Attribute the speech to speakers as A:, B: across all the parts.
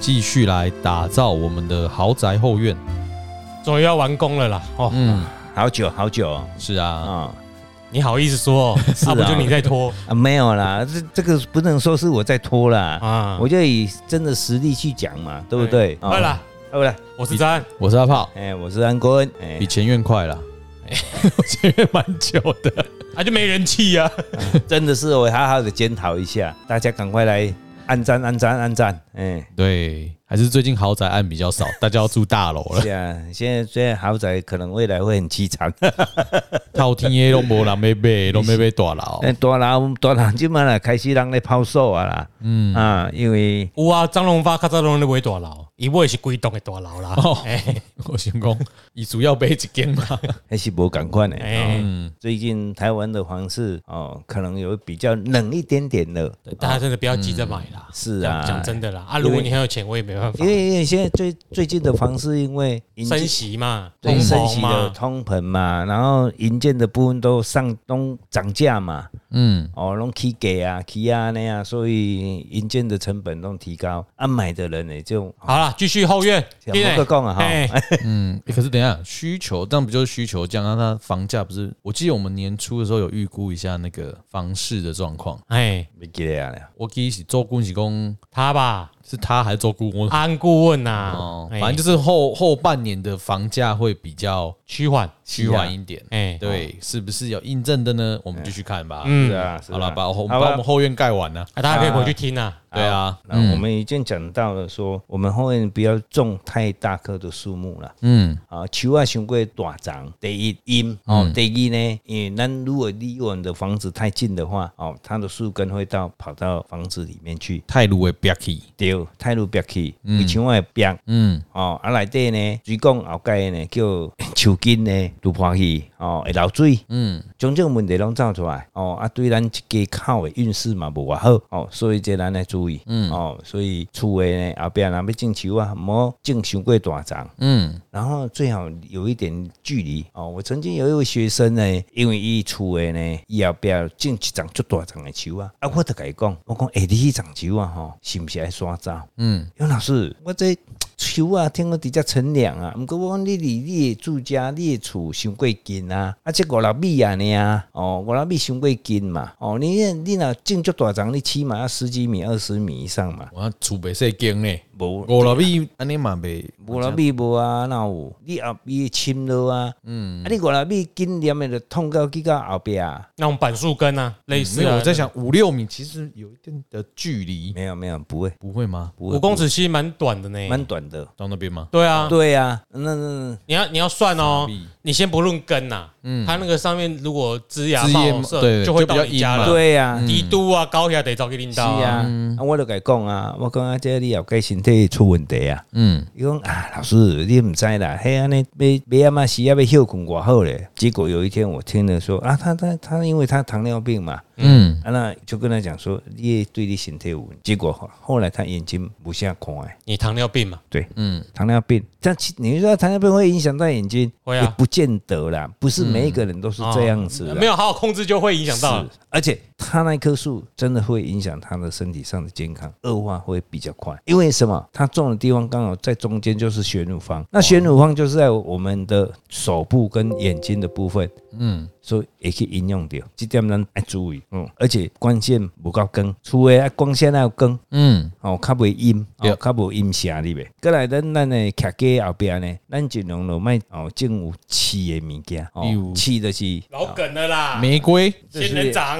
A: 继续来打造我们的豪宅后院。
B: 终于要完工了啦！哦，
A: 嗯，
C: 好久好久哦
A: 是啊，
C: 啊
B: 你好意思 说、哦？
C: 啊
B: 啊，不就你在拖
C: 啊，没有啦，这这个不能说是我在拖啦，
B: 啊？哎
C: 我就以真的实力去讲嘛， 对不对？
B: 快
C: 啊，
B: 啦，
C: 好了，
B: 我是 詹，
A: 我是阿炮，
C: 哎，我是安国恩，哎
A: 比，前院快了。
B: 我前面蛮久的， 啊就没人气啊。
C: 真的是我好好的检讨一下，大家赶快来按赞按赞按赞，哎。
A: 对，还是最近豪宅案比较少，大家要住大楼 了。
C: 是 啊，现在虽然豪宅可能未来会很凄惨，
A: 套天也拢无人要买，拢要买大楼。
C: 但哎大人大人即满啦，开始人咧抛售啊啦，嗯啊，因为
B: 有啊，张荣发较早拢咧买大楼，伊买的是规栋的大楼啦。
A: 哦
B: 哎、
A: 我想讲，伊主要买一间 嘛。
C: 还是无赶快呢。
B: 哎、
A: 嗯，
C: 最近台湾的房市哦，可能有比较冷一点点了。
B: 大家真的不要急着买啦。
C: 是啊
B: 讲讲真的啦，啊，
C: 因为
B: 如果你很有钱，我也没办法
C: 因。为因为现在最最近的房市，因为银
B: 升息嘛，
C: 对
B: 通膨
C: 升息的
B: 嘛，
C: 通膨嘛，然后银建的部分都上都涨价嘛，
A: 嗯，
C: 哦，拢起价啊，起啊那样，所以银建的成本都提高，啊，买的人呢就
B: 好了，继续后院。
C: 想
B: 对嘞
C: 不够讲啊哈
B: 哎
A: 嗯，欸可是等一下需求，这样不就是需求降？那它房价不是？我记得我们年初的时候有预估一下那个房市的状况。
B: 哎，
C: 没记得啊，
A: 我记得是周顾是公
B: 他 吧，
A: 是他还是周顾我
B: 安顾问呐，
A: 哦，
B: 哎
A: 反正就是后后半年的房价会比较
B: 趋缓。
A: 趋缓一点。
B: 哎，
A: 对，是不是有印证的呢？我们继续看吧。
C: 是
B: 嗯，啊，
C: 啊，是啊
A: 好了，把我们
C: 好
A: 把我
C: 吧
A: 们后院盖完了。
B: 大家可以回去听啊。
A: 对啊，
C: 那我们已经讲到了说，我们后面不要种太大棵的树木了。
A: 嗯，
C: 啊，树啊伤过大长，第一阴哦，第二呢，因为咱如果离我们的房子太近的话，哦，它的树根会到跑到房子里面去，
A: 泰卢的 b i k
C: 对，太入壁去，有墙外壁
A: 嗯，
C: 哦，啊内底呢，水管后盖呢叫 树根呢，露破去哦，会漏水，嗯，种种问题拢走出来，哦，啊对咱一家口的运势嘛无偌好，哦，所以这咱要注意，嗯，哦，所以厝的呢后壁若要种树啊，莫种伤过大丛。
A: 嗯，
C: 然后最好有一点距离哦。我曾经有一位学生呢，因为伊厝的呢，伊后壁种一丛足大丛的树啊，啊，我就甲伊讲，我讲，哎、欸，你迄丛树啊，吼，是毋是爱刷走？嗯，杨老师，我这树啊，听讲伫遮乘凉啊，毋过我讲你离你的住家、你的厝伤过近啊，啊，这五六米啊呢啊，哦，五六米伤过近嘛，哦，你你若种足大丛，你起码要十几米、二十米以上嘛，
A: 我储备是经呢，
C: 无
A: 五六米安尼嘛袂，
C: 五六米无啊，哪有？你后壁深落啊，嗯，啊你五六米紧黏的就痛到去到后壁啊，
B: 那种板树根啊，类
A: 嗯
B: 似
A: 没有
B: 啊。
A: 我在想五六米其实有一定的距离，
C: 没有没有，不会，
A: 不会吗？
C: 不会，
B: 五公尺其实蛮短的呢。
C: 蛮短的，
A: 到那边吗？
B: 对啊，
C: 对啊，那那
B: 你要你要算哦
A: 密，
B: 你先不论根呐，它那个上面如果枝芽
A: 枝叶
B: 茂盛，
A: 对
B: 就会
A: 就比
B: 到
A: 较
B: 你家
A: 阴嘛
B: 了。
C: 对啊，
B: 低度啊，高血得早给领
C: 是
B: 导
C: 啊，啊我就甲伊讲啊，我讲啊，这你后盖身体出问题啊，
A: 嗯，
C: 伊讲啊，老师你毋知啦，嘿安尼要要啊嘛时啊要休困偌好咧，结果有一天我听了说啊，他他他因为他糖尿病嘛，
A: 嗯，
C: 啊那就跟他讲说，你对你身体有问题，结果后后来他眼睛不下看欸的。
B: 你糖尿病嘛？
C: 对，嗯，糖尿病，但其你说糖尿病会影响到眼睛，
B: 会啊嗯
C: 也不见得啦，不是每一个人都是这样子的、
B: 没有好好控制就会影响到了
C: 是。而且他那棵树真的会影响他的身体上的健康，恶化会比较快。因为什么？他种的地方刚好在中间就是旋乳
B: 哦
C: 方，那旋乳方就是在我们的手部跟眼睛的部分，嗯，所以也可以应用到，这点咱要注意，嗯，而且光线不够光，厝的光线要光。
A: 嗯，
C: 哦，较袂阴，
A: 对
C: 哦，较无阴邪哩呗。过来咱咱诶徛家后壁呢，咱尽量就莫哦种有刺诶物件，哦
A: 例如，
C: 刺就是。
B: 老梗了啦，
A: 玫瑰，
C: 这是
B: 仙人掌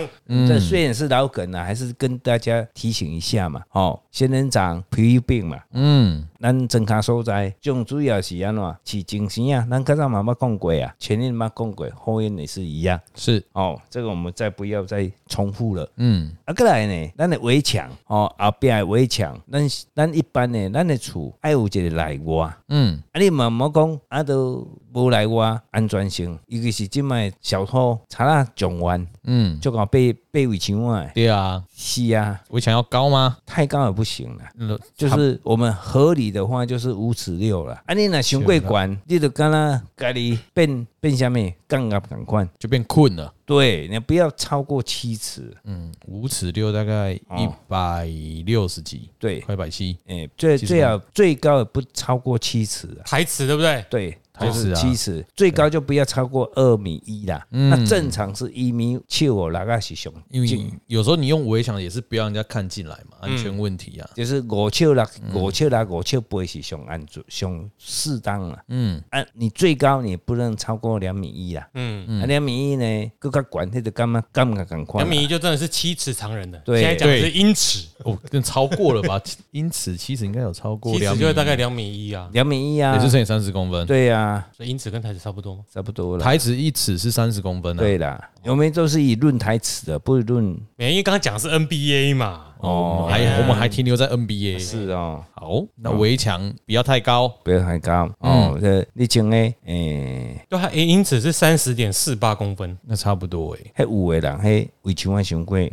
C: 这虽然是老梗啊，还是跟大家提醒一下嘛。哦，仙人掌、皮肤病嘛，
A: 嗯，
C: 咱增加所在，种主要是安怎饲精神啊。咱较早嘛捌讲过啊，前面嘛讲过，后面也是一样。
A: 是，
C: 哦，这个我们再不要再重复了。
A: 嗯，
C: 啊，过来呢，咱的围墙哦，后壁的围墙，咱咱一般呢，咱的厝爱有一个内外，啊，
A: 嗯，
C: 你嘛莫讲啊，都无内外安全性，尤其是即卖小偷查啦状元，
A: 嗯，
C: 就讲被被围墙外，
A: 对啊，
C: 是啊，
A: 围墙要高吗？
C: 太高也不行啦。
A: 嗯
C: 就是我们合理的话，就是五尺六了。啊，你若伤过悬，你就敢若家己变变下面杠杆赶快。
A: 就变困了。
C: 对，你不要超过七尺。
A: 嗯，五尺六大概
B: 哦
A: 一百六十几，
C: 对，
A: 快百七。
C: 哎、最
A: 70
C: 最好最高也不超过七尺啊。
B: 台词对不对？
C: 对，
A: 台
C: 就
A: 尺
C: 是
A: 啊
C: 七尺，最高就不要超过二米一啦。那正常是一米七五，大概是上，
A: 因为有时候你用围墙也是不要让人家看进来嘛，
B: 嗯
A: 安全问题啊。
C: 就是五尺六、
A: 嗯
C: 五尺六、五尺八是上安全、上适当啦。
A: 嗯，
C: 啊，你最高你不能超过两米一啦。
B: 嗯，
C: 啊，两米一呢，更加管那个干嘛干嘛赶快啊
B: 杨。米就真的是七尺常人的，
C: 对
B: 现在讲的是英尺，
A: 哦，更超过了 吧？因此，其实应该有超过
B: 七
A: 两
B: 尺
A: 米，
B: 就是大概两米一啊，
C: 两米一啊
A: 也，是乘以三十公分。
C: 对啊，
B: 所以英尺跟台词差不多吗？
C: 差不多了。
A: 台尺一尺是三十公分啊。
C: 对啦，我们都是以论台尺的，不论
B: 没有，因为刚刚讲的是 NBA 嘛，
A: 哦，
B: 哎
A: 还我们还停留在 NBA。
C: 是哦，
A: 好，那围墙不要太
B: 嗯
A: 高，
C: 不要太高
A: 嗯
C: 哦。这你讲诶，诶，
B: 对啊，诶英尺是三十点四八公分，
A: 那差不多欸诶。
C: 迄有诶人，迄围墙啊伤过悬，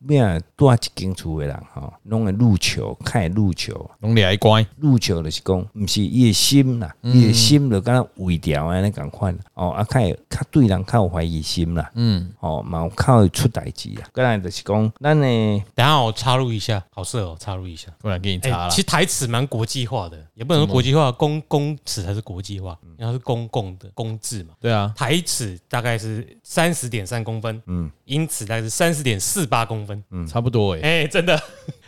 C: 咩啊住一间厝诶人吼，拢会入球，较会入球。
A: 拢你还乖，
C: 入球就是讲，毋是伊诶心啦，伊诶心就敢若微调安尼共款啦哦，啊，较会较对人较有怀疑心啦，嗯，哦，嘛有较会出代志啦。敢若就是讲，咱诶
B: 等一下我插入一下，好色哦，插入一下。
A: 不然给你
B: 哎、
A: 擦了
B: 其。实台尺蛮国际化的，嗯也不能说国际化，公公尺才是国际化，因为它是公共的公制嘛。
A: 对啊，
B: 台尺大概是三十点三公分，嗯，英尺大概是三十点四八公分，
A: 差不多欸诶。
B: 哎、真的，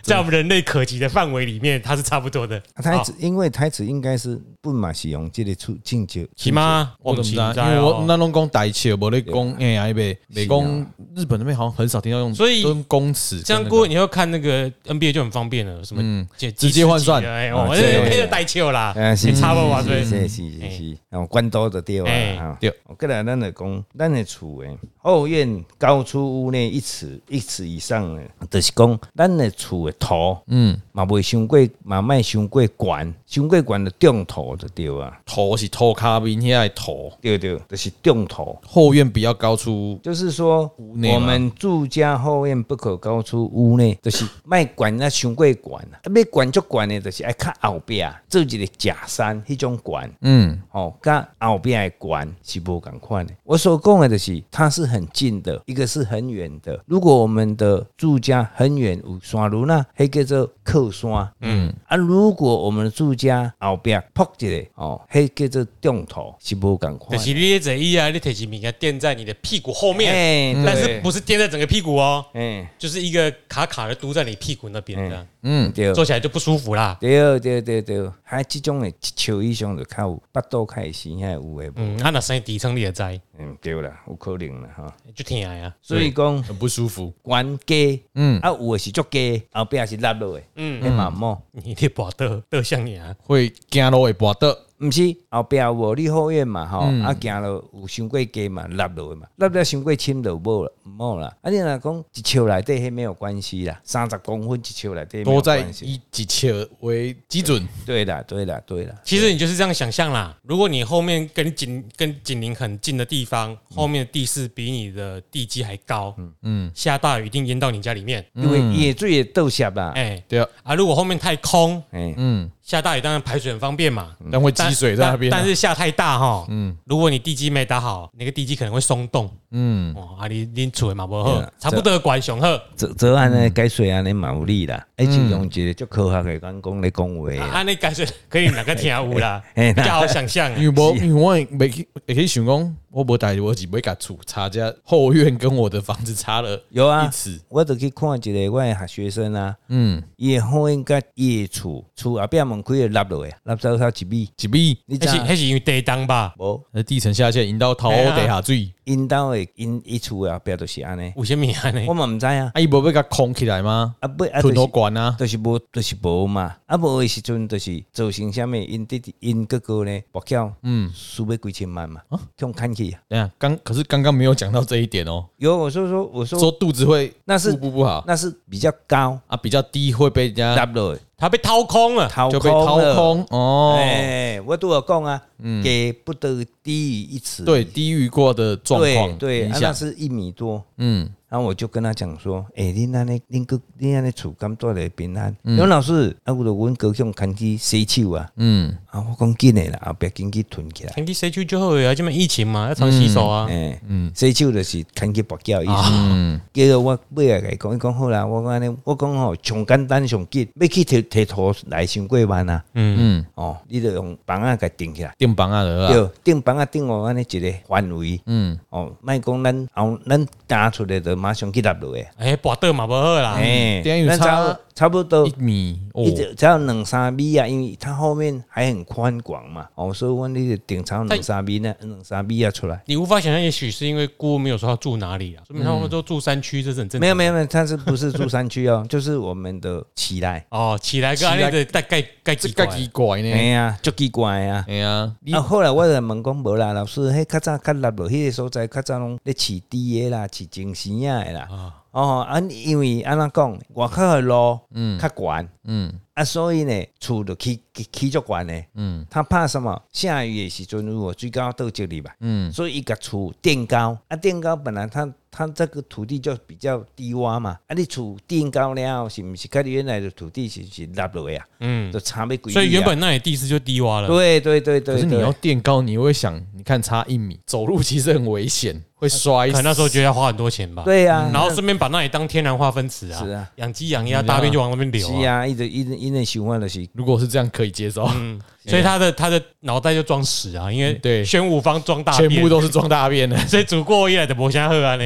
B: 在我们人类可及的范围里面，它是差不多的。
C: 啊台
B: 好
C: 词，因为台词应该是不嘛是用这个出进球，
B: 起吗？
A: 我
B: 们
A: 怎么
B: 起
A: 知道？
B: 不知
A: 因为
B: 道
A: 我
B: 哦
A: 那拢讲台尺，无咧讲哎呀，北北讲日本那边好像很少听到用，
B: 所以
A: 都用公尺跟那
B: 这样
A: 个。
B: 过，你要看那个 NBA 就很方便了，什么直
A: 直接换算
B: 哎，我
C: 啊
B: 这
C: 对
B: 配着带球啦，
C: 啊是
B: 你差不多对嗯
C: 是。是是是是，然后关刀就对
B: 哎
C: 啊。
A: 对，
C: 我过来咱就讲，咱的厝诶，后院高出屋内一尺一尺以上诶，就是讲咱的厝的土，嗯，嘛袂伤过，嘛卖伤过悬，伤过悬就中土就对啊，
A: 头是头卡宾遐的头，
C: 对对，就是中土。
A: 后院比较高出，
C: 就是说，
A: 内吗
C: 我们住家后院不可高出屋内， 就是卖管那上过管啊，要管足管的，就是爱较后壁做一个假山迄种管，
A: 嗯，
C: 哦，跟后壁的管是无共款的。我所讲的就是，它是很近的，一个是很远的。如果我们的住家很远有山路那，迄叫做靠山，嗯啊，如果我们的住家后壁扑一个，哦，迄叫做中头，是无共
B: 就
C: 款的。
B: 是你这一啊，你提起物件垫在你的屁股后面，
C: 哎
B: 但
C: 对
B: 是不是垫在整个屁股哦，
C: 哎，
B: 就是一个卡卡的嘟在你屁股那边的，
C: 嗯，对。
B: 坐起来就不舒服啦。
C: 对对对对，还即种的一笑以上就较有腹肚较会生遐有诶，
B: 嗯，啊，那声音底层你也在，
C: 嗯对啦，有可能啦哈。
B: 就听啊呀。
C: 所以讲
A: 很不舒服。
C: 管家，嗯啊有诶是足家，后壁是落落诶，嗯，你嘛莫，
B: 你得把得得像你啊，
A: 会惊到会跌倒，
C: 毋是后壁有无你后院嘛吼，啊行落有伤过家嘛，落落诶嘛，落了伤过深就无啦，毋好啦。啊你若讲一笑内底迄没有关系啦，三十公分一笑内底没
A: 都
C: 有
A: 在
C: 关系。
A: 以几尺为基准，
C: 对啦对啦对啦，
B: 其实你就是这样想象啦。如果你后面跟紧跟紧邻很近的地方，后面的地势比你的地基还高，嗯，下大雨一定淹到你家里面，
C: 因为野水会倒下啦，
B: 哎，
A: 对啊，
B: 啊，如果后面太空，
C: 哎，
A: 嗯，
B: 下大雨当然排水很方便嘛，
A: 但会积水在那边啊，
B: 嗯但但是下太大哈，嗯，如果你地基没打好，那个地基可能会松动，嗯，哦，啊，你你厝的嘛不好
C: 对啊，
B: 差不多管上好，
C: 做做安尼解水安尼嘛有理啦，而且用一个足科学的眼光咧讲话啊。
B: 啊，你感觉可以哪个听有啦，
C: 嘿
B: 比较好想象啊，
A: 因为我因为我也没去，也可以想讲，我无带我只袂甲厝差价后院跟我的房子差了
C: 有啊
A: 一尺，
C: 我就去看一个我的学学生啊，
A: 嗯，
C: 伊的后院甲伊的厝厝后壁门开会落落诶，落走到一米，
A: 一米，
C: 你知
B: 哎那是
C: 道
B: 那是因为地当吧，
C: 无？
A: 那地层下陷，引到头
B: 哎呀
A: 地下水，
C: 因兜的因伊厝的后壁就是安尼，
B: 五千米安尼
C: 我。嘛毋知啊，
A: 啊，伊无要甲空起来吗？
C: 啊不啊就
A: 吞头
C: 是
A: 管啊，
C: 就是无就是无嘛，啊无的时阵就是造成啥物因弟因哥哥呢，博缴嗯输要几千万嘛，向砍去啊。
A: 等一下刚可是刚刚没有讲到这一点哦，
C: 有我说说我说
A: 说肚子会
C: 那是
A: 腹部不好
C: 那是比较高
A: 啊，比较低会被人
C: 落
A: 家
C: 落的，
B: 他被掏空了，
C: 掏
A: 就被掏
C: 了
A: 空哦，
C: 哎、我都有讲啊，给不得低于一尺，
A: 嗯对低遇过的状
C: 对
A: 况
C: 对，
A: 影
C: 啊、
A: 响
C: 那，是一米多，
A: 嗯，
C: 然后我就跟他讲说，诶、你那那恁个恁那那厝敢住咧平安？杨、老师，啊，有着阮高雄牵去洗手啊，
A: 嗯，
C: 啊，我讲紧诶啦，后壁紧去囤起来。
B: 天地谁去就会啊？这边疫情嘛，要常洗手啊。
C: 诶，嗯，洗手就是牵去跋筊的意思。嗯，结果我尾啊，甲伊讲，伊讲好啦，我讲安尼，我讲吼，上简单上紧，要去摕摕土来伤过万啊。嗯嗯，哦，你就用房啊甲定起来。
A: 电棒啊的啦，
C: 对，顶房啊顶哦，安尼一个范围，嗯，哦，莫讲咱后咱打出来就马上去搭落诶，
B: 哎，跋倒嘛不好啦。
C: 哎
A: 等于
C: 咱
A: 差
C: 差差不多
A: 一米哦
C: 一，直只要两三米啊，因为它后面还很宽广嘛，哦，所以阮你就顶超两三米呢，两三米啊出来。
B: 你无法想象，也许是因为姑没有说要住哪里啊，说明他们都住山区，这是很正常。
C: 没有没有没有，它是不是住山区哦？就是我们的起来，
B: 哦，起来个安尼的大概盖
A: 这
B: 几
A: 个
B: 块，啊
A: 奇怪
C: 哎
A: 呢，
C: 呀，足奇怪啊！
A: 哎呀，你
C: 啊，后来我就问讲无啦，老师，迄较早较落落迄个所在，较早拢咧饲猪的啦，饲精神啊的啦。哦，啊，因为安怎讲，外口的路嗯较悬，
A: 嗯
C: 啊，所以呢厝就起起起足悬呢。
A: 嗯
C: 他怕什么？下雨的时阵，如果最高到这里吧，
A: 嗯
C: 所以一个厝垫高啊，垫高本来它它这个土地就比较低洼嘛，啊，你厝垫高了，是不是？跟你原来的土地是不是落落呀？
B: 嗯，
C: 就差袂几。啊
B: 所以原本那里地势就低洼了。
C: 对对对对，
A: 可是你
C: 对
A: 要垫高，你会想，你看差一米，走路其实很危险，会摔死。
B: 可能那时候觉得要花很多钱吧。
C: 对呀、啊，
B: 然后顺便把那里当天然化粪池啊，
C: 是啊
B: 养鸡养鸭，大便就往那边流
C: 是
B: 啊。
C: 啊，一直一直一直想法就是，
A: 如果是这样，可以接受，
C: 嗯
B: 所
A: 啊
B: 以他的他的脑袋就装屎啊，因为
A: 对
B: 玄武方装大
A: 嗯全
B: 便
A: 部，都是嗯装大便的。
B: 所以煮过夜的博香喝啊呢。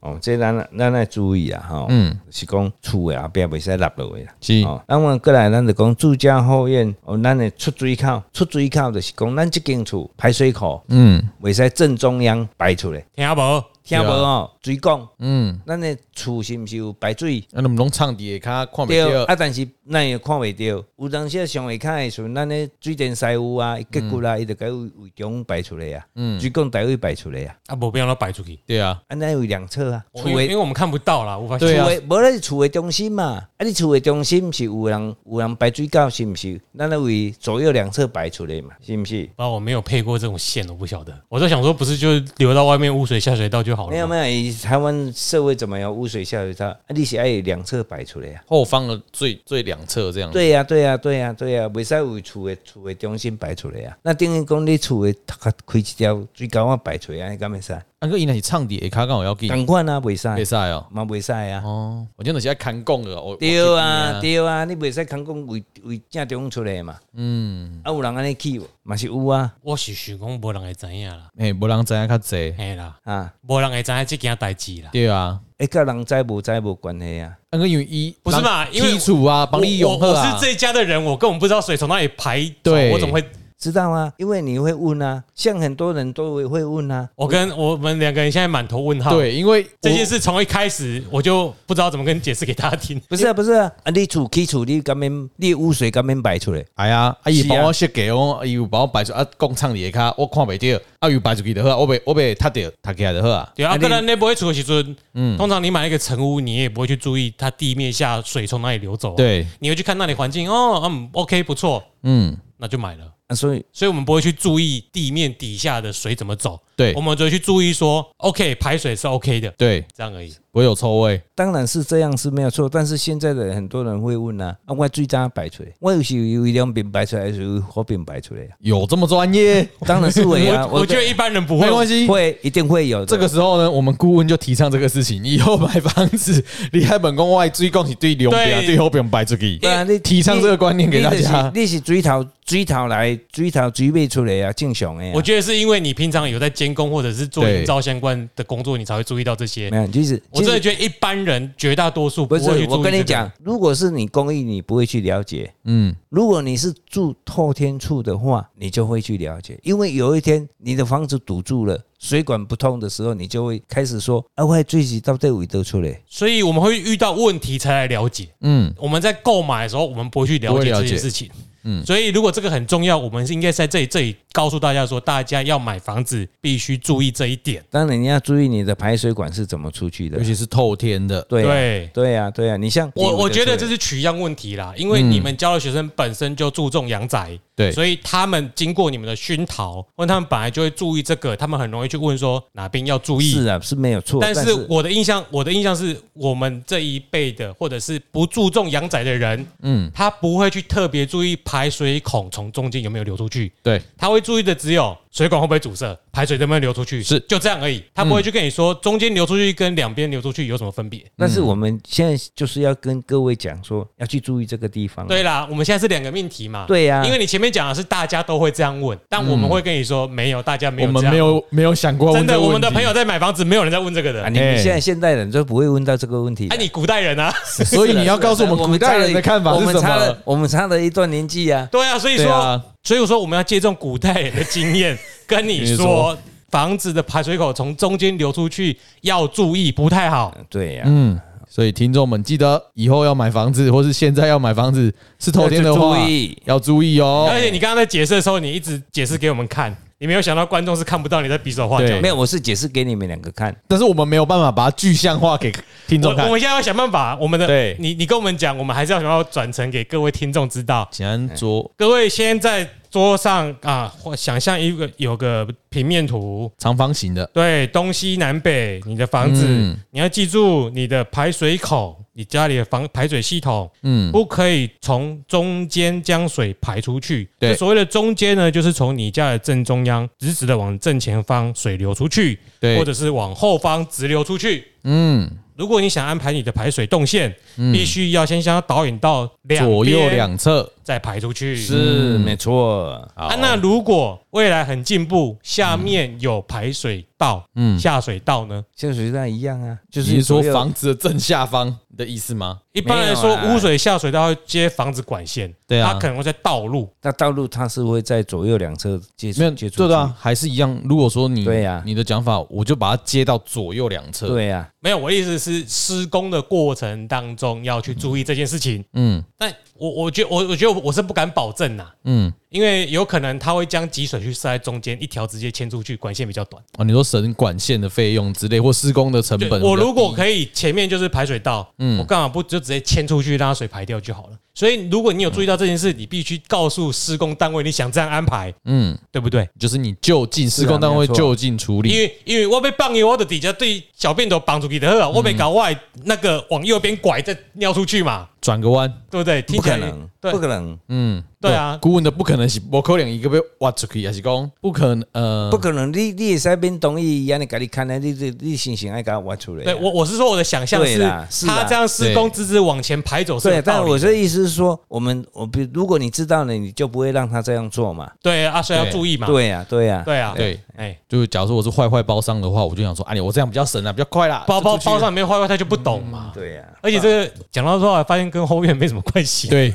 C: 哦，这咱咱要注意啊，吼，
A: 嗯，
C: 是讲厝的后壁袂使落落去啦。
A: 是
C: 哦，咱阮过来，咱就讲住家后院，哦，咱的出水口，出水口就是讲咱即间厝排水口
A: 嗯
C: 袂使正中央排出来，
B: 听无？
C: 听无哦？水讲，
A: 啊嗯，
C: 咱的厝是毋是有排水？
A: 啊那你们拢唱底下看不
C: 对，
A: 到，
C: 啊，但是咱也看袂到。有当时啊上下骹的时阵，咱的水电师傅啊，伊结骨啦，
A: 嗯
C: 伊就改为为中排出来啊，水管单位排出来啊，
B: 啊，无必要让它摆出去，
A: 对啊，
C: 安尼有两侧啊，
B: 因为因为我们看不到啦，无法
A: 哦对啊
C: 厝的无咱是厝的中心嘛，啊，你厝的中心是有人有人排水沟是毋是？咱咧为左右两侧排出来嘛，是毋是？
B: 不然我没有配过这种线，我不晓得。我在想说，不是就流到外面污水下水道就好
A: 哦
C: 没
B: 了
C: 有
B: 吗？
C: 没有，以台湾社会怎么样污水下水道，啊，你是爱两侧排出来啊？
A: 后方的最最两侧这样。
C: 对呀、对呀、啊对呀、对呀、袂使为厝的厝的中心排出来啊。那等于讲你厝的头壳开一条水沟啊排出来，安尼敢袂使？
A: 啊，个伊若是唱底下刚好要紧，
C: 共款啊，袂使，
A: 袂使哦。
C: 嘛袂使啊。
A: 哦，我真的是在看讲的，我
C: 对啊，，对啊，你袂使讲讲为为正中出来嘛。嗯，啊，有人安尼去无，嘛是有啊，
B: 我是想讲，无人会知影啦，
A: 哎，无人知影较济，
B: 嘿啦，
C: 啊，
B: 无人会知影这件代志啦。
A: 对啊。
C: 哎，甲人知无知无关系啊。
A: 那个因为一
B: 不是嘛因为
A: 基础啊，帮你
B: 我
A: 永和
B: 我
A: 啊
B: 是，这家的人，我根本不知道水从哪里排走，
A: 对
B: 我怎么会？
C: 知道啊，因为你会问啊，像很多人都会会问啊。
B: 我跟我们两个人现在满头问号。，
A: 对，因为
B: 这件
A: 事
B: 事从一开始我就不知道怎么跟解释给大家 听。
C: 不是啊，不是啊，啊你厝起厝，你敢免，你的污水敢免排出来？
A: 哎呀，啊伊
C: 是啊
A: 帮我设计哦，伊有帮我摆出啊，讲唱底下我看袂到，啊伊有摆出去就好，啊，我袂我袂踢到，踢起来就好啊。
B: 对啊，
C: 啊
B: 跟
C: 你
B: 咱那不会处的时阵，
A: 嗯
B: 通常你买一个成屋，你也不会去注意它地面下水从哪里流走、，
A: 对，
B: 你会去看那里环境，哦，嗯，OK，不错，
A: 嗯，
B: 那就买了。
C: 啊，所以
B: 所以我们不会去注意地面底下的水怎么走，
A: 对
B: 我们只会去注意说，OK，排水是 OK 的，
A: 对，
B: 这样而已。
A: 不会有臭味。
C: 当然是这样是没有错，但是现在的很多人会问啊，啊我最渣摆出来，我有时有一两饼摆出来，有时有火饼摆出来啊，
A: 有这么专 业？
C: 当然是会
A: 呃
C: 啊，
B: 我我觉得一般人不会
A: 没，关系。
C: 会一定会有的
A: 这个时候呢，我们顾问就提倡这个事情：以后买房子，你在本宫外追供，你对流边
B: 对
A: 最后不用摆出去。
C: 对啊，你
A: 提倡这个观念给大家。
C: 你你就是你是水头水头来，水头水尾出来啊，正常的啊。
B: 我觉得是因为你平常有在监工或者是做
A: 对
B: 营造相关的工作，你才会注意到这些
C: 没。有，就是
B: 我真的
C: 其
B: 觉
C: 实
B: 得一般人绝大多数
C: 不
B: 会去注
C: 是
B: 意。
C: 我跟你讲，，如果是你公益，你不会去了解。
A: 嗯，
C: 如果你是住透天处的话，你就会去了解，因为有一天你的房子堵住了，水管不通的时候，你就会开始说：“啊，我最近到底尾都出来。
B: 所以我们会遇到问题才来了解。
A: 嗯，
B: 我们在购买的时候，我们不会去了解这件事情。嗯，所以如果这个很重要，我们是应该在这里这里告诉大家说，大家要买房子必须注意这一点”。
C: 当然，你要注意你的排水管是怎么出去的
A: 尤。其是透天的，
C: 对啊
B: 对
C: 对啊，对啊，你像
B: 我我觉得这
C: 是嗯
B: 是取样问题啦，因为你们教的学生本身就注重阳宅，
A: 对
B: 所以他们经过你们的熏陶，问他们本来就会注意这个，他们很容易去问说哪边要注意。
C: 是啊，是没有错。
B: 但是
C: 是
B: 我的印象，我的印象是我们这一辈的，或者是不注重养仔的人，嗯，他不会去特别注意排水孔从中间有没有流出去，
A: 对，
B: 他会注意的只有水管会不会阻塞，排水能不能流出去，
A: 是
B: 就这样而已。他不会去跟你说中间流出去跟两边流出去有什么分别。
A: 嗯
C: 但是我们现在就是要跟各位讲说，要去注意这个地方。哦
B: 对啦，我们现在是两个命题嘛，
C: 嗯对呀、
B: 因为你前面讲的是大家都会这样问，但我们会跟你说没有，大家没
A: 我
B: 有这
A: 们
B: 样
A: 没。有没有想过
B: 真的，
A: 问这个
B: 我们的
A: 问题
B: 朋友，在买房子，没有人在问这个的。
C: 啊，
B: 哎、
C: 你们
A: 哎
C: 现在现代人就不会问到这个问题了。
B: 你古代人啊，
A: 所以你要告诉我们古代人的看法
C: 我
A: 是
C: 们
A: 什
C: 差
A: 么
C: 了？，我们差了一段年纪呀、
B: 对啊，所以
A: 对
B: 说，
A: 啊，
B: 所以我说我们要借重古代人的经验跟你
A: 你
B: 说
A: 说，
B: 房子的排水口从中间流出去要注意，不太好。
C: 对呀、
A: 嗯，所以听众们记得以后要买房子，或是现在要买房子是头天的话
C: 要注意，
A: 要注意哦。
B: 而且你刚刚在解释的时候，你一直解释给我们看，你没有想到观众是看不到你在比手画脚
A: 对
B: 的。
C: 没有，我是解释给你们两个看。
A: 但是我们没有办法把它具象化给听众
B: 我
A: 看
B: 我。们现在要想办法，我们的
A: 对
B: 你你跟我们讲，我们还是要想要转成给各位听众知道。
A: 请安桌
B: 各位先在桌上啊，或想象一个有个平面图，
A: 长方形的，
B: 对，东西南北，你的房子，
A: 嗯
B: 你要记住你的排水口，你家里的房排水系统
A: 嗯，
B: 不可以从中间将水排出去。
A: 对
B: 这所谓的中间呢，就是从你家的正中央直直的往正前方水流出去，
A: 对，
B: 或者是往后方直流出去。
A: 嗯，
B: 如果你想安排你的排水动线，必须要先将它导引到两
A: 左右
B: 边
A: 两侧
B: 再排出去。
C: 是，
A: 嗯
C: 没错。
B: 啊，那如果未来很进步，下面有排水道、
A: 嗯
B: 下水道呢？
C: 像水上一样啊，就
A: 就是是
C: 所
A: 说
C: 有
A: 房子的正下方你的意思吗？
B: 一般来
C: 没
B: 说
C: 有，啦
B: 污水下水道会接房子管线，
A: 对啊
B: 它可能会在道路。
C: 那道路它是会在左右两侧接
A: 没有，
C: 触接触
A: 对的啊，还是一样。如果说你
C: 对啊
A: 你的讲法，我就把它接到左右两
C: 去
A: 侧。，
C: 对啊呀、
B: 没有，我的意思是施工的过程当中要去注意这件事情。
A: 嗯
B: 但我我觉我我觉得我是不敢保证呐、
A: 嗯，
B: 因为有可能它会将集水去塞在中间，一条直接牵出去，管线比较短。
A: 哦，你说省管线的费用之类，或施工的成
B: 对
A: 本，
B: 我如果可以前面就是排水道，我干嘛不就直接牵出去让它水排掉就好了？所以如果你有注意到这件事，你必须告诉施工单位你想这样安排，
A: 嗯，
B: 对不对？
A: 就是你就近
B: 啊
A: 施工单
C: 没
A: 位
C: 错
A: 就近处
B: 因
A: 理，
B: 为因为我被棒油，我的底下对小便斗绑住你的，
C: 嗯
B: 我被搞外那个往右边拐再尿出去嘛，
A: 转个弯。
B: 对不对？
C: 不
B: 听起
C: 可
B: 来
C: 能，
B: 对
C: 不可能，
A: 嗯，
B: 对啊
A: 顾问的不可能是不可能一个被挖出去，还是讲不可能呃
C: 不可能！你你也在边同意，让你给你看的，你你你心情爱给它挖出来、啊。
B: 对我我是说我的想象
C: 对
B: 是
C: 啦，是啦
B: 他这样施工直直往前排走是有
C: 对，
B: 道
C: 但
B: 理
C: 我
B: 的。
C: 的意思是说，我们我比如果你知道了，你就不会让他这样做嘛。
B: 对啊，所以要注意嘛。
C: 对呀、对呀、
B: 对啊，
A: 对，
B: 哎，
A: 就是假如说我是坏坏包商的话，我就想说，哎、啊，我这样比较省啊，比较快啦。
B: 包包
A: 就出去了
B: 包上没有坏坏，他就不懂嘛。
C: 对呀、
B: 而且这个讲到后来发现跟后院没什么关系。
A: 对，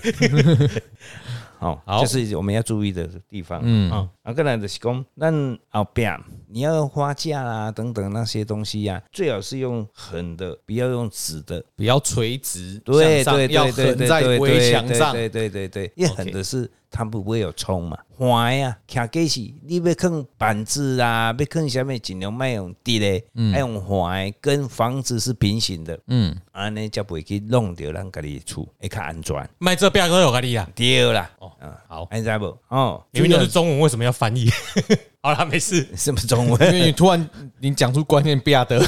C: 哦，
A: 好
C: 就是我们要注意的地方。
A: 嗯，
B: 嗯，
C: 啊，个来就是讲，咱后边你要花架啦等等那些东西呀、最好是用横的，不要用直的。
A: 比较垂直
C: 对
A: 向上
C: 对
A: 要
C: 对对
A: 横
C: 对
A: 在
C: 对
A: 围墙上。
C: 对对对对，因为
A: OK
C: 狠的是它不会有冲嘛，滑呀，卡计是你要放板子啊，要放下面尽量卖用低嘞，
B: 嗯
C: 要用滑的，跟房子是平行的，
A: 嗯，
C: 安尼才不会去弄掉咱家己的厝，会较安全。
B: 卖这边哥有个力啊，
C: 对啦，
B: 哦 好，
C: 安知无？哦，
B: 明明都是中文，为什么要翻译？ 好啦，没事，
C: 什么中
A: 因
C: 文？
A: 为你突然你讲出关键比亚德，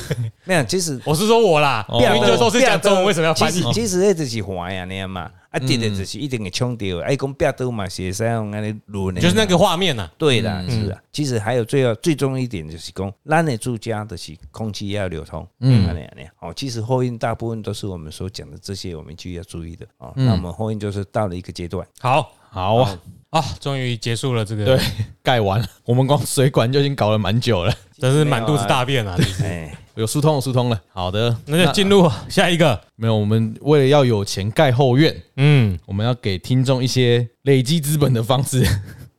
C: 没有，其实
B: 我是说我啦，
A: 哦
B: 明明就都是讲中文，为什么要
C: 其
B: 翻
C: 实
B: 译？嗯
C: 其实迄就是滑呀，那样嘛，啊，直的就是一定会冲掉，哎，讲壁刀嘛，是会使用安尼轮的，
B: 就是那个画面呐，
C: 对啦，
B: 嗯
C: 是啊。其实还有最要最重要一点就是讲，咱的住家就是空气要流通，嗯，那样那样。哦，其实后运大部分都是我们所讲的这些，我们就要注意的哦。
B: 嗯
C: 那我们后运就是到了一个 阶段，
B: 好
A: 好啊，
B: 啊，终于结束了 这
A: 对
B: 个，，
A: 盖完了，我们光水管就已经搞了蛮久了，
B: 真是满肚子大便啊！
C: 哎，
A: 有疏通有疏通了。好的，
B: 那就进入下一个，
A: 没有，我们为了要有钱盖后院，
B: 嗯，
A: 我们要给听众一些累积资本的方式。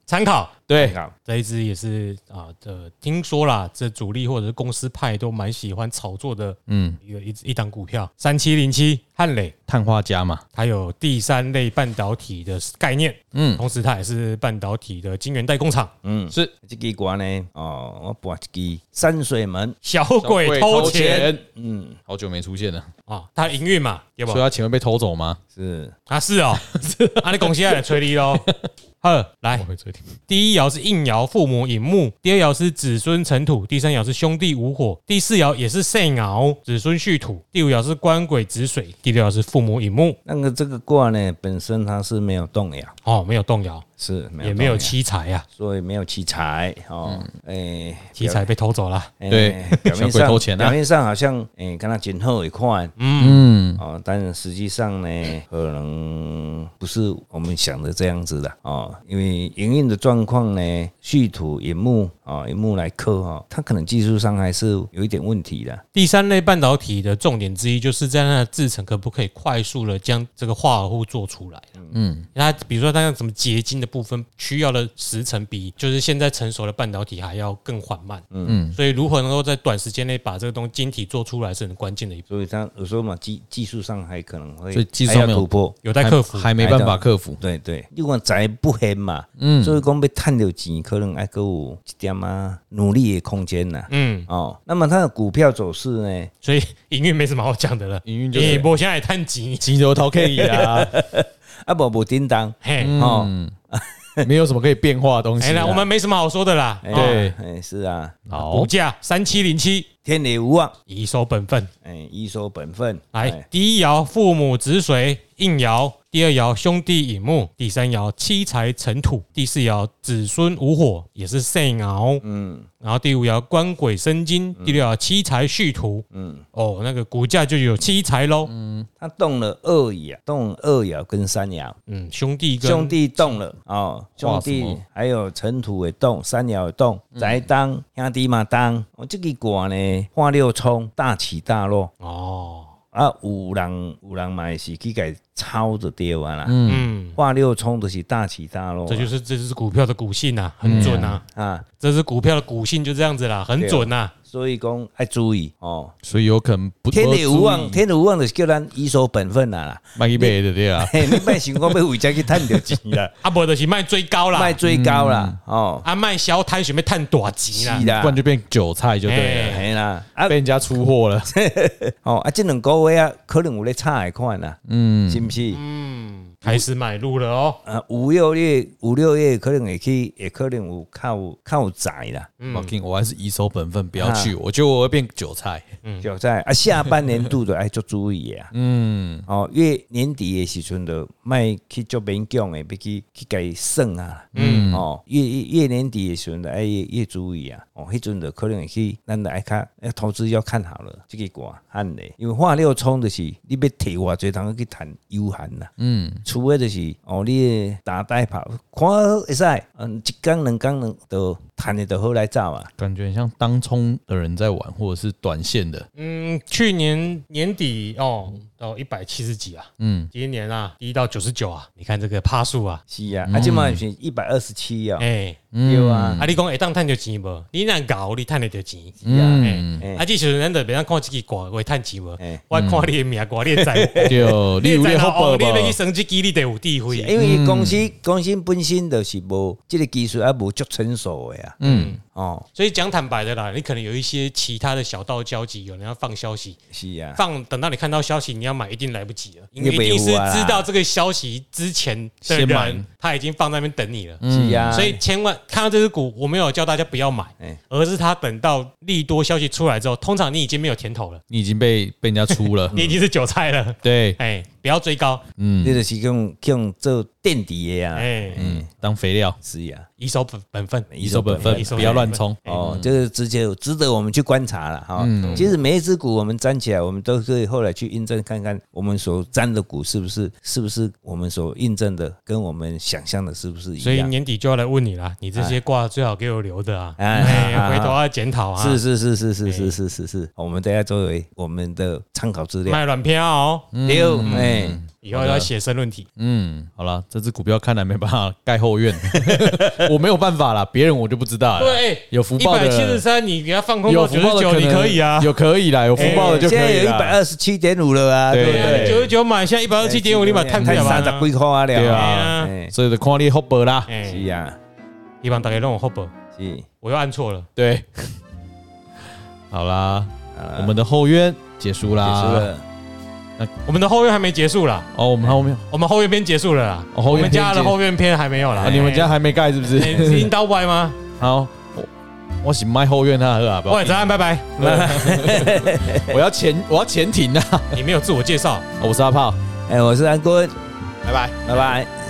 B: 参考
A: 对，
C: 好，
B: 这一支也是啊，这听说啦，这主力或者是公司派都蛮喜欢炒作的
A: 嗯，
B: 一个一一档股票，三七零七汉磊，
A: 碳化镓嘛，
B: 它有第三类半导体的概念，
A: 嗯
B: 同时它也是半导体的晶圆代工厂。
C: 嗯，
A: 是
C: 这个歌呢，哦，我播一支山水门，
B: 小鬼偷钱，
C: 嗯，
A: 好久没出现了，
B: 啊，它营运嘛，对不
A: 所以？他钱会被偷走吗？
C: 是
B: 啊 啊，是哦，啊，你恭喜来催你喽。好，来
D: 我，会追听。
B: 第一爻是应爻，父母引木；第二爻是子孙成土；第三爻是兄弟无火；第四爻也是肾爻，子孙续土；第五爻是官鬼子水；第六爻是父母引木。
C: 那个这个卦呢，本身它是没有动摇，
B: 哦，没有动摇，
C: 是没有
B: 也没有嗯
C: 动摇，
B: 七财啊，
C: 所以没有奇财哦，哎，
B: 七财被偷走了。
C: 哎
A: 对
C: 表
A: 小
C: 面
A: 鬼
C: 上
A: 偷钱啊
C: 表面上好像哎，跟他今后一块
A: 嗯，
C: 哦，但是实际上呢，可能不是我们想的这样子的哦，因为营运的状况呢，续土银幕啊，银幕来克哈，它可能技术上还是有一点问题的。
B: 第三类半导体的重点之一，就是在它的制程可不可以快速的将这个化合物做出来。嗯，它比如说它像什么结晶的部分，需要的时程比就是现在成熟的半导体还要更缓慢。嗯，所以如何能够在短时间内把这个东晶体做出来，是很关键的一步，
C: 所以它有时候嘛，技技术上还可能会
A: 所以技术
C: 还
A: 上
C: 要
A: 没有
C: 突破。
B: 有待克服。
A: 还没办法克服。
C: 对对，你讲财不黑嘛，嗯，所以讲要赚到钱，可能还够有一点啊努力的空间呐、
B: 嗯，
C: 哦，那么它的股票走势呢？
B: 所以营运没什么好讲的了，
A: 营运就是
B: 你我现在也探急，
A: 金牛头可以啊，
C: 啊不不叮当
B: 嘿，
C: 哦，
A: 没有什么可以变化的东西嗯
B: 哎
A: 啊。
B: 啦，我们没什么好说的啦。
C: 哎
B: 哦，
A: 对
C: 哎是啊，
A: 好
B: 股，价三七零七，
C: 天理无望，
B: 以守本分。
C: 哎，一收本分，
B: 来
C: 哎，
B: 第一爻父母子水应爻，第二爻兄弟引木，第三爻七财成土，第四爻子孙无火，也是肾爻。嗯，然后第五爻官鬼生金，
C: 嗯
B: 第六爻七财续土。嗯，哦，那个股价就有七财喽。嗯
C: 他动了二爻，动了二爻跟三爻，
B: 嗯兄弟跟
C: 兄弟动了哦，兄
A: 哇什
C: 弟
A: 么
C: 还有尘土也动，三爻也动，
B: 嗯
C: 宅当兄弟嘛当，我、哦、这个卦呢，化六冲，大起大落
B: 哦，
C: 啊，有人有人嘛是去给抄着掉啊啦，
B: 嗯，
C: 化六冲就是大起大落啊、
B: 这就是这就是股票的股性啊，很准啊。
C: 啊，
B: 这是股票的股性就这样子啦，很准啊呐。
C: 所以讲要注意哦。
A: 所以有可能不
C: 天理无望，天理无望就是叫咱以守本分啊啦。
A: 卖一倍的对啊。
C: 嘿，你别想讲要为家去赚着钱 啦，
B: 啊，不就是卖最高
C: 卖
B: 啦，
C: 最高啦，哦，
B: 啊卖小摊准备探短级啦
C: 是。啦
A: 嗯 不，然就变韭菜就对了，
B: 哎
C: 嘿啦，啊
A: 被人家出货了。
C: 哦啊，这两个月啊，可能有咧差的款啦，嗯，是不是？
B: 开始买入了哦。
C: 啊，五六月五六月可能会去，也可能有靠靠窄啦，
B: 嗯
A: 我跟我还是以守本分，不要
B: 啊
A: 去。我觉得我会变韭菜。
B: 嗯
C: 就在啊下半年度的爱做注意的啊，嗯，哦，月年底的时阵的卖去做勉强的，别去去改算啊，嗯，哦，越越年底的时阵的爱越越哎注意啊，哦，迄阵的可能会去，咱的爱看，要投资要看好了，这个卦按嘞，因为化六冲的是你要提偌济通去谈有限啦，
A: 嗯，
C: 除非就是哦，你的打带跑，看好会使，嗯，一工两工两都谈的就好来走啊。
A: 感觉很像当冲的人在玩，或者是短线的。
B: 嗯，去年年底哦，到一百七十几啊，
A: 嗯，
B: 今年啊，一到九十九啊，你看这个趴数啊，
C: 是啊，啊，即满是一百二十七啊，
B: 哎、
C: 对啊，
B: 啊，你讲会当赚着钱无？你若搞，你赚得着钱。
A: 嗯，
C: 哎
B: 啊，这时阵咱就别当看这支歌会趁钱无
C: 哎？
B: 我看你的命，我你的财，
A: 就例
B: 你
A: 如
B: 在
A: 你
B: 哪
A: 好宝
B: 哦，你
A: 宝
B: 要，去升这机，你得有智慧。
C: 因为公司公司本身就是无即个技术啊，无足成熟的啊，
A: 嗯，
C: 哦，
B: 所以讲坦白的啦，你可能有一些其他的小道交集，有人要放消息，
C: 是啊，
B: 放等到你看到消息，你要买一定来不及了，因
C: 也
B: 为
C: 不
B: 一定是
C: 会有啊
B: 知道这个消息之前的
A: 先买
B: 人，他已经放在那边等你了。
C: 是啊，
B: 所以千万看到这只股，我没有叫大家不要买
C: 哎，
B: 而是它等到利多消息出来之后，通常你已经没有甜头了，
A: 你已经被被人家出了。
B: 你已经是韭菜了。
A: 对，
B: 哎，不要追高，
C: 你就是用用做垫底的啊，
B: 哎，
A: 嗯，当肥料，
C: 是啊，
B: 以守本本分。
A: 以守本分
B: 以，守本分
A: 不要乱冲。
C: 哦，这个值得值得我们去观察了哈。其实每一只股我们沾起来，我们都是后来去印证看看，我们所沾的股是不是是不是我们所印证的，跟我们想象的是不是
B: 所
C: 一
B: 以
C: 样？
B: 年底就要来问你啦，你这些卦最好给我留着啊，
C: 哎
B: 哎，
C: 好
B: 回头要检讨啊，
C: 是是是是是是是是是，我们大家作为我们的参考资料。
B: 卖软票哦，
C: 六哎，
B: 以后要写申论题。
A: 嗯，好了，这只股票看来没办法盖后 院，我没有办法啦，别人我就不知道了。
B: 对，哎
A: 有福
B: 一
A: 报的
B: 百七十三，你给它放空到
A: 有
B: 九
A: 福
B: 十
A: 报的
B: 九，
A: 可
B: 你
A: 能
B: 可以啊。
A: 有可以啦，有福报的就可
C: 哎现在
A: 以
C: 有一百
A: 啦。
C: 二十七点五了啊，
A: 对
C: 对不对？哎
B: 九十九买，现在一百二七点五，你把它摊
C: 太
B: 掉吧
C: 三。十几块啊了，
A: 对
B: 啊
C: 哎
A: 所以的看你好薄啦，
B: 哎
C: 是，啊，
B: 希望大家让我 hope，
C: 是
B: 我又按错了。
A: 对。
C: 啊
B: 啊
A: 好啦，我们的后院结束啦，
C: 结束了。
B: 我们的后院还没结束啦，
A: 哦，我们后面
B: 我们后院篇结束了啦，
A: 哦后
B: 我
A: 院篇
B: 们家的后院篇还没有啦。
A: 啊，你们家还没盖是不是？
B: 哎你听到歪吗？
A: 好，我我是卖后院他喝 啊，不
B: 喂，早安，拜拜。
A: 我要潜我要潜艇啊！哦
B: 你没有自我介绍。
A: 我是阿炮，
C: 哎，我是安坤，
A: 拜拜。
C: 拜拜。